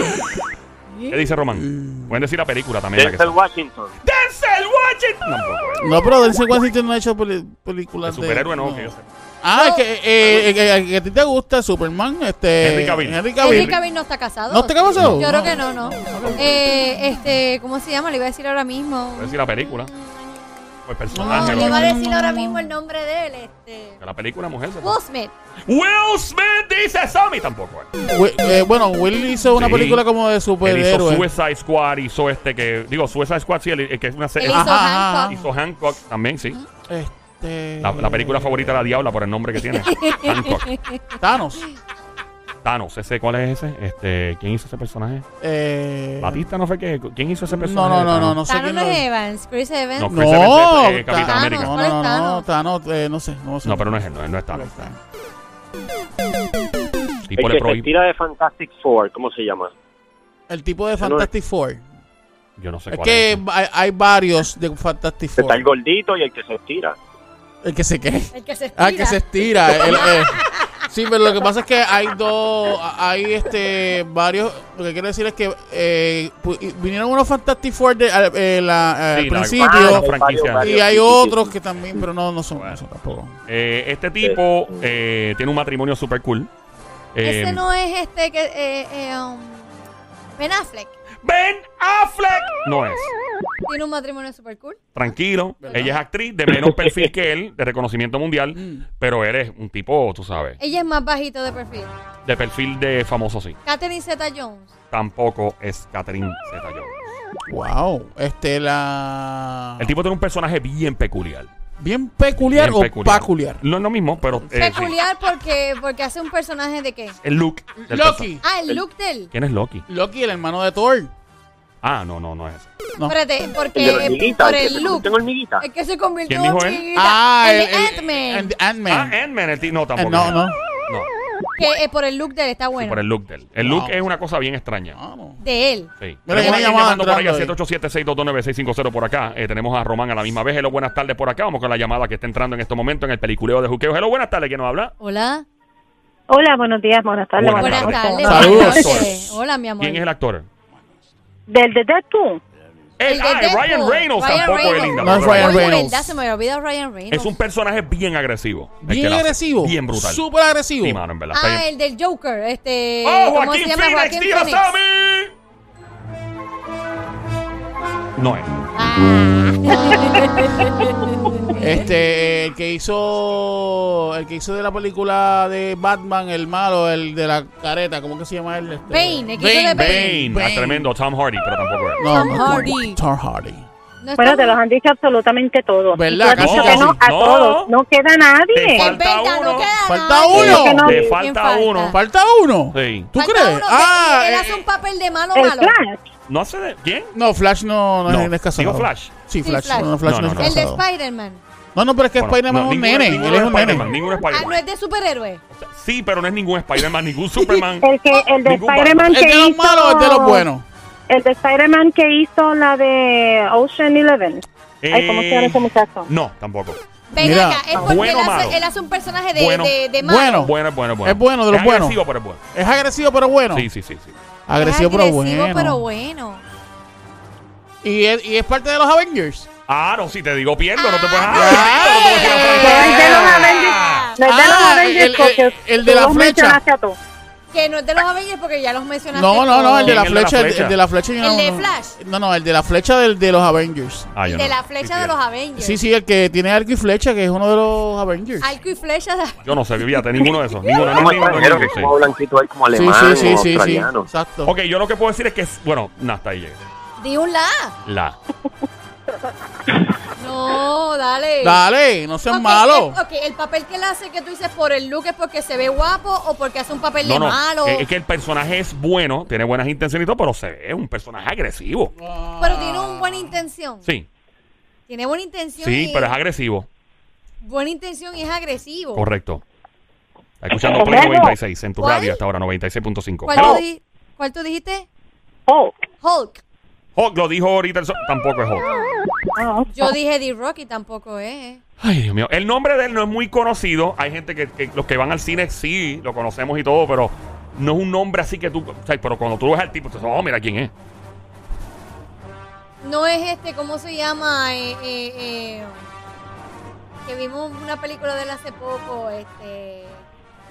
A: ¿Qué dice Román? Pueden decir la película también. la que
D: Denzel
A: sea.
D: Washington.
A: Denzel Washington. Tampoco. eh.
C: No, pero Denzel Washington no ha hecho peli- películas
A: El
C: de.
A: superhéroe no, que yo sepa.
C: Ah, el que, eh, el que- el que a ti te gusta, Superman. Este,
A: Henry Cavill.
C: Henry Cavill.
B: Henry Cavill no está casado.
C: ¿No está casado?
B: Yo
C: No.
B: creo que no, no. Eh, este, ¿cómo se llama? Le iba a decir ahora mismo.
A: Puede decir la película. O el
B: No,
A: personaje.
B: le
A: lo
B: iba
A: que
B: a
A: sea.
B: decir ahora mismo el nombre de él, este.
A: Que La película, mujer. se-
B: Will Smith.
A: Will Smith dice Sammy tampoco. eh.
C: Wi- eh, bueno, Will hizo una
A: Sí.
C: película como de
A: Él hizo
C: superhéroe.
A: Suicide Squad, hizo este que. Digo, Suicide Squad, sí, el, el que es una
B: Él
A: serie.
B: hizo
A: Ah,
C: ajá,
B: Hancock.
A: hizo Hancock también, sí.
C: Este,
A: La, la película favorita de la Diabla por el nombre que tiene. Hancock.
C: Thanos.
A: Thanos, ese, ¿cuál es ese? Este, ¿Quién hizo ese personaje?
C: Eh,
A: Batista no fue que. ¿Quién hizo ese
C: no,
A: personaje?
C: no,
A: de
C: no, no,
A: Thanos?
C: ah. no sé
B: Thanos
C: quién
B: no
C: lo-
B: es Evans, Chris Evans.
A: No,
C: No,
A: Chris Evans, eh, Capitán
C: Thanos.
A: América.
C: No,
B: ¿Cuál es
C: no, no, no,
B: Thanos?
C: Thanos, eh, no sé, no sé.
A: No, pero no es él, no, él no es Thanos.
D: El
A: Tipo le
D: que se
A: prohíbe.
D: tira de Fantastic Four. ¿Cómo se llama?
C: El tipo de
D: Ese no es.
C: Fantastic Four.
A: Yo no sé
C: Es
A: cuál
C: que
A: es.
C: hay, hay varios de Fantastic
D: Está el
C: Four.
D: gordito y el que se estira.
C: El que se qué.
B: El que se estira.
C: Ah, que se estira. el- eh, Sí, pero lo que pasa es que hay dos, hay este, varios, lo que quiero decir es que eh, pu- y- vinieron unos Fantastic Four de- al, eh, la- al
A: Sí, la-
C: principio
A: la franquicia.
D: varios,
C: y hay
D: sí, sí,
C: otros
D: sí.
C: que también, pero no, no son eso tampoco.
A: Eh, este tipo eh, tiene un matrimonio super cool. Eh,
B: Ese no es este que. Eh, eh, um, ben Affleck
A: Ben Affleck no es.
B: tiene un matrimonio super cool.
A: Tranquilo,
C: ¿Verdad?
A: ella es actriz de menos perfil que él, de reconocimiento mundial,
C: Mm.
A: pero eres un tipo, tú sabes,
B: Ella es más bajita de perfil.
A: de perfil de famoso sí.
B: Catherine Zeta Jones.
A: Tampoco es Catherine Zeta-Jones.
C: Wow, este la
A: El tipo tiene un personaje bien peculiar.
C: bien Ah. peculiar
A: Bien
C: o peculiar.
A: No es lo mismo, pero eh, sí.
B: Peculiar porque, porque hace un personaje de qué?
A: el look. del perso-
C: Loki,
B: Ah, el look del.
A: ¿Quién es Loki?
C: Loki el hermano de Thor.
A: Ah, no, no, no es. ese.
C: No.
B: Espérate,
D: El
C: eh,
D: de la
B: porque
D: hormiguita,
B: por
D: el que se
B: el look.
D: convirtió en hormiguita.
B: El que se convirtió
A: ¿Quién
B: en
A: dijo él?
B: hormiguita. el, de Ant-Man.
C: Ah, el- Ant-Man.
A: Ah, Ant-Man, el tipo. No, tampoco.
C: Eh, no,
A: es.
C: no.
A: No,
B: Que eh, por el look de él está
A: sí,
B: bueno.
A: por el look del. El
C: Wow.
A: look es una cosa bien extraña.
C: Ah, no.
B: De él.
A: Sí.
C: Mira, viene
A: tenemos a
C: llamada
A: llamando por ahí al
C: entrando
A: 787-629-650 por acá. Eh, tenemos a Román a la misma vez. Hello, buenas tardes por acá. Vamos con la llamada que está entrando en este momento en el peliculeo de Juqueo. Hello, buenas tardes. ¿Quién nos habla?
B: Hola.
E: Hola, buenos días, buenas tardes.
A: Buenas
B: Buenas tardes.
A: Saludos.
B: buenas noches. Hola, mi amor.
A: ¿Quién es el actor?
E: Del de Deadpool.
A: El,
B: El de
A: ah, es
B: Deadpool.
A: Ryan Reynolds
B: Ryan
A: tampoco es
B: Reynolds.
A: linda.
C: No es
A: pero-
C: Ryan
B: Oye,
C: Reynolds.
B: verdad, se me olvidó Ryan Reynolds.
A: Es un personaje bien agresivo. el que
C: Bien
A: la hace.
C: agresivo.
A: Bien brutal.
C: Súper agresivo.
A: Sí, mano, en verdad. está
B: Ah,
A: bien.
B: el del Joker. Este,
A: ¡Oh,
B: ¿Cómo
A: Joaquín
B: se llama?
A: Phoenix,
B: Joaquín
A: tío
B: Phoenix.
A: Sammy! No es.
B: Ah.
C: Este, el que hizo, el que hizo de la película de Batman, el malo, el de la careta, ¿cómo que se llama él? Este,
B: Bane, el que hizo de Bane.
A: Bane. Ah, tremendo. Tom Hardy, pero tampoco es.
C: No,
B: Tom
C: no,
B: Hardy.
C: Tom Hardy.
B: No
E: Bueno,
B: está-
E: te los han dicho absolutamente todos.
C: ¿Verdad?
E: Tú has dicho
A: Casi
E: que no
A: casi.
E: a
A: No.
E: todos. No queda
A: Te
E: nadie.
B: Es
A: falta
B: verdad,
A: uno.
B: no queda
C: Falta
B: nadie.
C: uno.
E: que no.
A: Le
E: ¿Quién
A: falta
B: falta?
A: uno.
C: ¿Falta uno?
A: Sí.
C: ¿Tú
B: Falta
C: crees?
B: uno que-
C: ah,
B: él
C: eh,
B: hace un papel de malo
E: El
B: malo.
E: Flash.
A: No hace de. ¿Quién?
C: no, Flash no, no,
A: No,
C: es descasado.
A: digo Flash.
C: Sí,
B: Sí,
C: Flash.
B: Flash.
C: No, no, Flash
A: No,
C: no,
A: no,
C: es
A: no.
B: El de
C: casado.
B: Spider-Man.
C: No, no, pero es que
A: Bueno,
C: Spider-Man
A: no,
C: es un
A: ninguno-
C: nene. Él
A: ninguno
C: es un
A: Spider-Man,
C: nene.
A: Ningún
B: Ah, no
A: Spider-Man.
B: es de superhéroe.
A: Sí, pero no es ningún Spider-Man, ningún Superman.
E: El, que, el de
A: Ningún
E: Spider-Man
C: ¿Es
E: que
C: de los
E: hizo-
C: malos o es de los buenos?
E: El de Spider-Man que hizo la de Ocean Eleven.
C: Eh.
E: Ay, ¿cómo se llama ese muchacho?
A: Eh, No, tampoco.
B: Ven
C: Mira.
B: acá, es porque
A: Bueno,
B: él,
A: malo.
B: hace, él hace un personaje de,
A: Bueno.
B: de, de malo.
C: Bueno.
A: Bueno, es bueno, es bueno.
C: Es bueno, de los buenos.
A: agresivo, pero es bueno.
C: Es agresivo pero bueno.
A: Sí, sí, sí, sí.
C: Agresivo, pero
B: agresivo,
C: bueno.
B: pero bueno.
C: ¿Y, es, y es parte de los Avengers.
A: Ah, no, si te digo pierdo, no te puedes.
C: Ah.
A: Ah, no te puedes tirar por ahí.
E: No, el de los Avengers. No, el de los
C: Ah,
E: Avengers
C: el-
E: porque
C: el- el de
E: tú
C: la
E: los
C: flecha.
E: mencionaste a todos.
B: Que no es de los Avengers porque ya los mencionaste.
C: No, no, no, el de
A: ¿Quién
C: la
A: es el de la
C: flecha, el
A: flecha?
C: el de la flecha. yo
B: ¿El
C: no-
B: de
C: no-
B: Flash?
C: No, no, el de la flecha del, de los Avengers.
A: Ah, yo
B: de
A: no.
B: la
A: Sí,
B: flecha
A: sí,
B: de los
A: sí.
B: Avengers.
C: Sí, sí, el que tiene arco y flecha, que es uno de los Avengers.
B: Arco y flecha. de-
A: Yo no sé, fíjate, ninguno de esos. Ninguno, no,
D: Como
A: ninguno,
D: extranjero,
A: ninguno,
D: que es
A: sí.
D: como blanquito ahí, como
C: sí,
D: alemán,
C: sí, sí,
D: o
C: sí, sí.
D: australiano.
C: Exacto.
A: Ok, yo lo que puedo decir es que es. Bueno, no, hasta ahí llegué.
B: Di un la.
A: La.
B: No, dale.
C: Dale, no seas
B: Ok,
C: malo.
B: el- ok, el papel que él hace que tú dices por el look es porque se ve guapo o porque hace un papel
A: No, eh,
B: de
A: no.
B: malo.
A: Es es que el personaje es bueno, tiene buenas intenciones y todo, pero se ve un personaje agresivo.
C: Ah.
B: Pero tiene una buena intención.
A: Sí,
B: Tiene buena intención.
A: sí,
B: y-
A: pero es agresivo.
B: Buena intención y es agresivo.
A: Correcto. Está escuchando Play
E: Bueno.
A: 96 en tu
B: ¿Cuál?
A: radio hasta ahora,
B: ¿Cuál,
A: 96.5.
B: tú di- cuál tú dijiste?
E: Oh.
B: Hulk.
A: Hulk lo dijo ahorita. el so- Tampoco es Hulk.
E: Ah,
B: Yo dije D-Rock y tampoco es.
A: Ay, Dios mío. El nombre de él no es muy conocido. Hay gente que, que los que van al cine sí lo conocemos y todo, pero no es un nombre así que tú. O sea, pero cuando tú ves al tipo, tú dices, oh, mira quién es.
B: No es este, ¿cómo se llama? Eh, eh, eh, que vimos una película de él hace poco, este...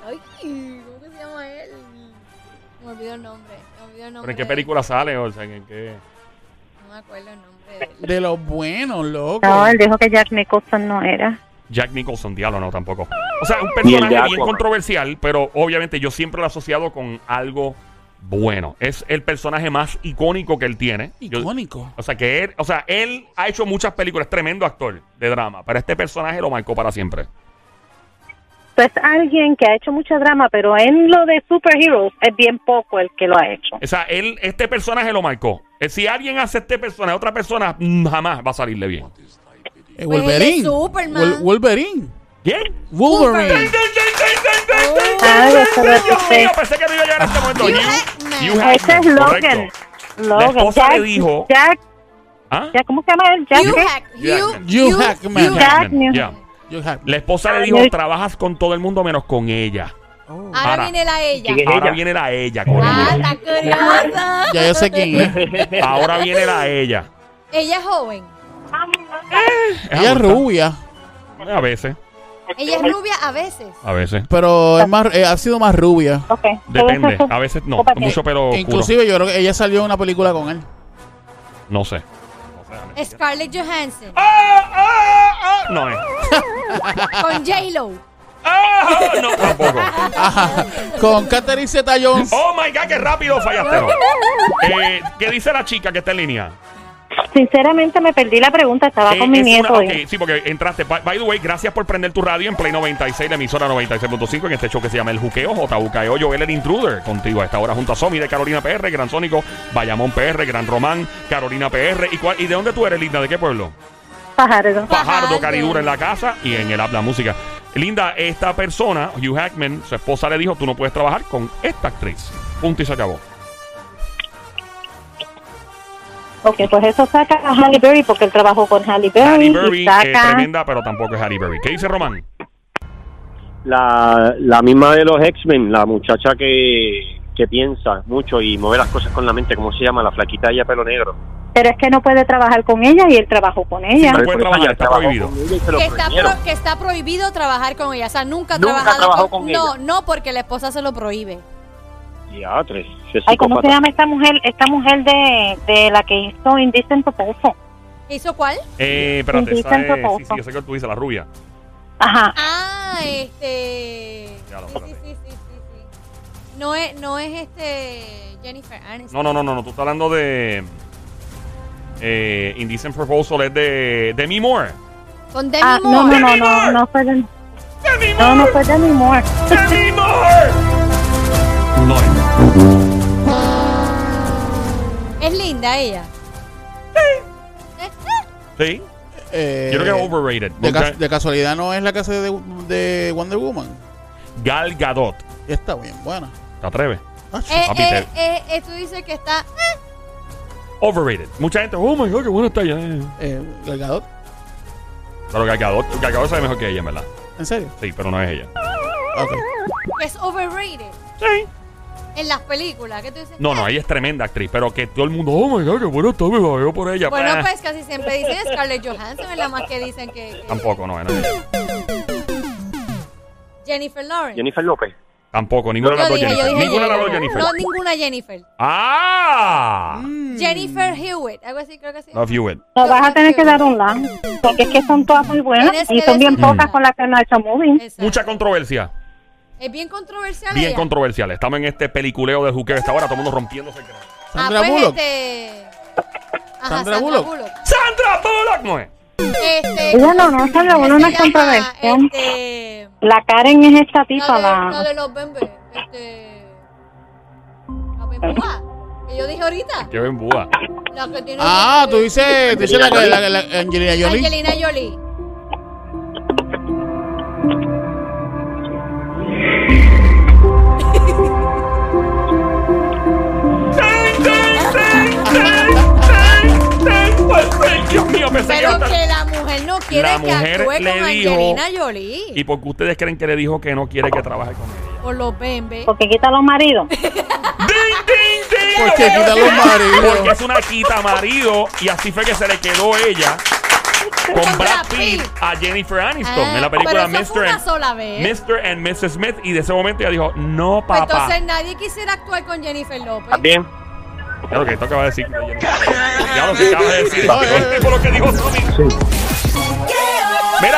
B: Ay, ¿cómo que se llama él? Me olvidó el nombre, me olvidó el
A: Pero
B: nombre.
A: en qué
B: de-
A: película sale, o sea, en qué.
B: No me acuerdo el nombre de él.
C: De los buenos, loco.
E: No, él dijo que Jack Nicholson no era.
A: Jack Nicholson, diablo, no, tampoco. O sea, un
D: Ni el de
A: personaje bien
D: Aquaman.
A: controversial, pero obviamente yo siempre lo he asociado con algo bueno. Es el personaje más icónico que él tiene. Yo-
C: Icónico.
A: o sea, que él, o sea, él ha hecho muchas películas, es tremendo actor de drama, pero este personaje lo marcó para siempre.
E: es alguien que ha hecho mucho drama, pero en lo de superheroes es bien poco el que lo ha hecho.
A: O sea, él, este personaje lo marcó. Eh, Si alguien hace este personaje, otra persona mm, jamás va a salirle bien.
C: Eh,
B: Pues
C: Wolverine.
B: el de Superman.
C: Wol- Wolverine.
A: ¿Quién?
C: Wolverine.
E: Ah, ya se lo
A: Dios mío,
E: acepté.
A: pensé que no iba a llegar a este momento.
B: You
A: You-
B: had-
A: you had
E: Ese es
A: me,
E: Logan.
A: correcto.
E: Logan.
A: esposa
E: Jack,
A: le dijo-
E: Jack,
A: ¿Ah?
E: Jack, ¿cómo se llama él? Jack.
B: Hugh
E: ¿qué?
B: Hack-
A: Jackman.
B: Hugh-
C: Hugh
B: Hugh-
C: Hackman.
B: Hugh-
E: Jack Newton.
A: Ya.
C: You have-
A: La esposa le dijo, trabajas con todo el mundo menos con ella.
C: Oh.
B: Ahora
A: Ahora.
B: viene la ella.
D: ¿Quién es
A: Ahora
D: ella?
A: viene la ella,
B: Ah,
A: corillo.
B: está curiosa.
C: Ya yo sé quién es.
A: Ahora viene la ella.
B: Ella es joven.
C: Ella es rubia,
A: A veces,
B: Ella es rubia a veces.
A: a veces.
C: pero es más, eh, ha sido más rubia.
E: Ok.
A: Depende.
E: Entonces,
A: A veces no.
E: Opa, que-
A: Mucho pelo oscuro.
C: Inclusive yo creo que ella salió en una película con él.
A: No sé.
B: Scarlett Johansson.
A: No es.
B: Con J-Lo.
A: Ah, no, tampoco.
C: Ajá. Con Catherine Zeta Jones.
A: Oh my god, qué rápido fallaste. no. Eh, ¿Qué dice la chica que está en línea?
E: Sinceramente me perdí la pregunta, estaba
A: Eh,
E: con mi
A: es
E: nieto.
A: una- ok,
E: hoy.
A: Ah. sí, porque entraste. By, by the way, gracias por prender tu radio en Play 96, la emisora 96.5, en este show que se llama El Juqueo, JUKEO, E Joel el Intruder, contigo a esta hora junto a Somi de Carolina PR, Gran Sónico, Bayamón PR, Gran Román, Carolina PR. ¿Y, cuál- y de dónde tú eres, Linda? ¿De qué pueblo? Fajardo,
E: Fajardo.
B: Fajardo.
A: Caridura en la casa y en el app La Música. Linda, esta persona, Hugh Hackman, su esposa le dijo, tú no puedes trabajar con esta actriz. Punto y se acabó.
E: Ok, pues eso saca a Halle Berry porque él trabajó con Halle Berry.
A: Halle
E: y
A: Berry, eh,
E: saca-
A: tremenda, pero tampoco es Halle Berry. ¿Qué dice Román?
D: La, la misma de los X-Men, la muchacha que, que piensa mucho y mueve las cosas con la mente, ¿cómo se llama? La flaquita ella, pelo negro.
E: Pero es que no puede trabajar con ella y él trabajó con ella.
A: Sí,
D: Por
A: puede
D: eso
A: trabajar,
D: ella
A: está
D: trabajó
A: prohibido.
D: con ella y se lo
B: Que está,
D: prohibieron.
B: pro- que está prohibido trabajar con ella. O sea, nunca ha
D: Nunca
B: trabajado
D: trabajó con
B: No,
D: ella.
B: no, porque la esposa se lo prohíbe.
D: Diatres, qué
E: Ay, ¿cómo se
D: psicópata.
E: llama esta mujer? Esta mujer de, de la que hizo Indecent Proposal.
B: ¿Hizo cuál?
A: Eh, espérate,
E: Sí,
A: esa
E: tanto
A: es, sí,
E: poco.
A: sí, yo sé que tú dices, la rubia.
E: Ajá.
B: Ah, este.
A: Ya lo
B: sí,
A: espérate.
B: sí, sí, sí, sí, sí. No es, no es este Jennifer Aniston.
A: No, no, no, no, no, tú estás hablando de... Eh, Indecent Proposal es de Demi Moore.
B: Con Demi
E: Ah, no,
B: Moore.
E: no, no, no, no fue de,
A: ¡Demi
E: no, no
A: Moore!
E: fue Demi Moore.
A: ¡Demi Moore! No es.
B: Es linda ella.
A: Sí,
C: eh,
A: yo creo que es overrated.
C: de,
A: Nunca-
C: ca- de casualidad no es la que hace de, de Wonder Woman.
A: Gal Gadot.
C: Está bien, buena.
A: ¿Te atreves?
C: Ach,
B: Eh,
A: Papi,
B: eh, eh, eh, tú dices que está.
A: Overrated. Mucha gente, oh my god, qué buena está ella. eh.
C: eh, Gal Gadot,
A: Pero Gal Gadot, Gal Gadot sabe mejor que ella, en ¿verdad?
C: ¿En serio?
A: Sí, pero no es ella.
C: Ok.
B: que es overrated
A: Sí.
B: en las películas. ¿Qué tú dices?
A: No, no, ella es tremenda actriz, pero que todo el mundo, oh my god, qué buena está, me veo por ella.
B: Bueno,
A: Eh,
B: pues casi siempre dicen Scarlett Johansson, es la más que dicen que. que-
A: Tampoco, no, no, no.
B: Jennifer Lawrence.
D: Jennifer López.
A: Tampoco, ninguna de
B: Yo
A: las dos
B: dije, yo
A: Jennifer.
B: dije
A: Ninguna de las dos Jennifer.
B: No, Mm. ninguna Jennifer.
A: ¡Ah!
B: Jennifer Hewitt, algo así creo que sí.
A: Love you, it.
E: Nos vas a tener que dar un lado, porque es que son todas muy
B: Tienes
E: buenas y
B: que
E: son bien
B: decir-
E: pocas con las que no ha hecho movie.
B: Exacto.
A: Mucha controversia.
B: Es bien controversial
A: Bien
B: ella.
A: controversial. Estamos en este peliculeo de juqueo. Está ahora todo el mundo rompiéndose el cráneo.
B: ah,
C: Sandra
B: pues
C: Bullock.
B: este... Ajá,
C: Sandra Bullock.
A: ¡Sandra Bullock! No es.
B: Este,
E: Ella no, no, Sandra
B: ¿cómo
E: Bullock no
B: se llama?
E: es controversial.
B: Este...
E: La Karen es esta
B: La
E: tipa,
B: de, la
E: la...
B: de los bembes. Este... La bembúa. Que yo dije ahorita.
A: Qué búa.
B: La que tiene...
C: Ah, tú dices, tú dices la, que- la, la- la Angelina Jolie.
B: Angelina Jolie.
A: Dios mío, pensé que iba a
B: Pero
A: estar-
B: que la mujer no quiere
A: La
B: que
A: mujer
B: actúe
A: le
B: con
A: dijo-
B: Angelina Jolie.
A: ¿Y por qué ustedes creen que le dijo que no quiere que trabaje con él?
B: Por los bembes.
E: Porque quita los maridos.
A: ¡Ding, ding, ding!
C: Porque quita los
A: Porque es
C: maridos.
A: una quita marido y así fue que se le quedó ella con
B: Con
A: Brad
B: Brad
A: Pitt
B: Pitt.
A: a Jennifer Aniston
B: Ah,
A: en la película
B: pero eso fue
A: Mr.
B: una
A: and-
B: sola vez.
A: Mr. and Mrs. Smith y de ese momento ella dijo, no
B: Pues
A: papá.
B: entonces nadie quisiera actuar con Jennifer López.
D: También.
A: Claro que esto acaba de decir. que yo no- Ya lo que acaba de decir.
C: Ay, ay, ay.
A: Por lo que dijo Sony. Mira,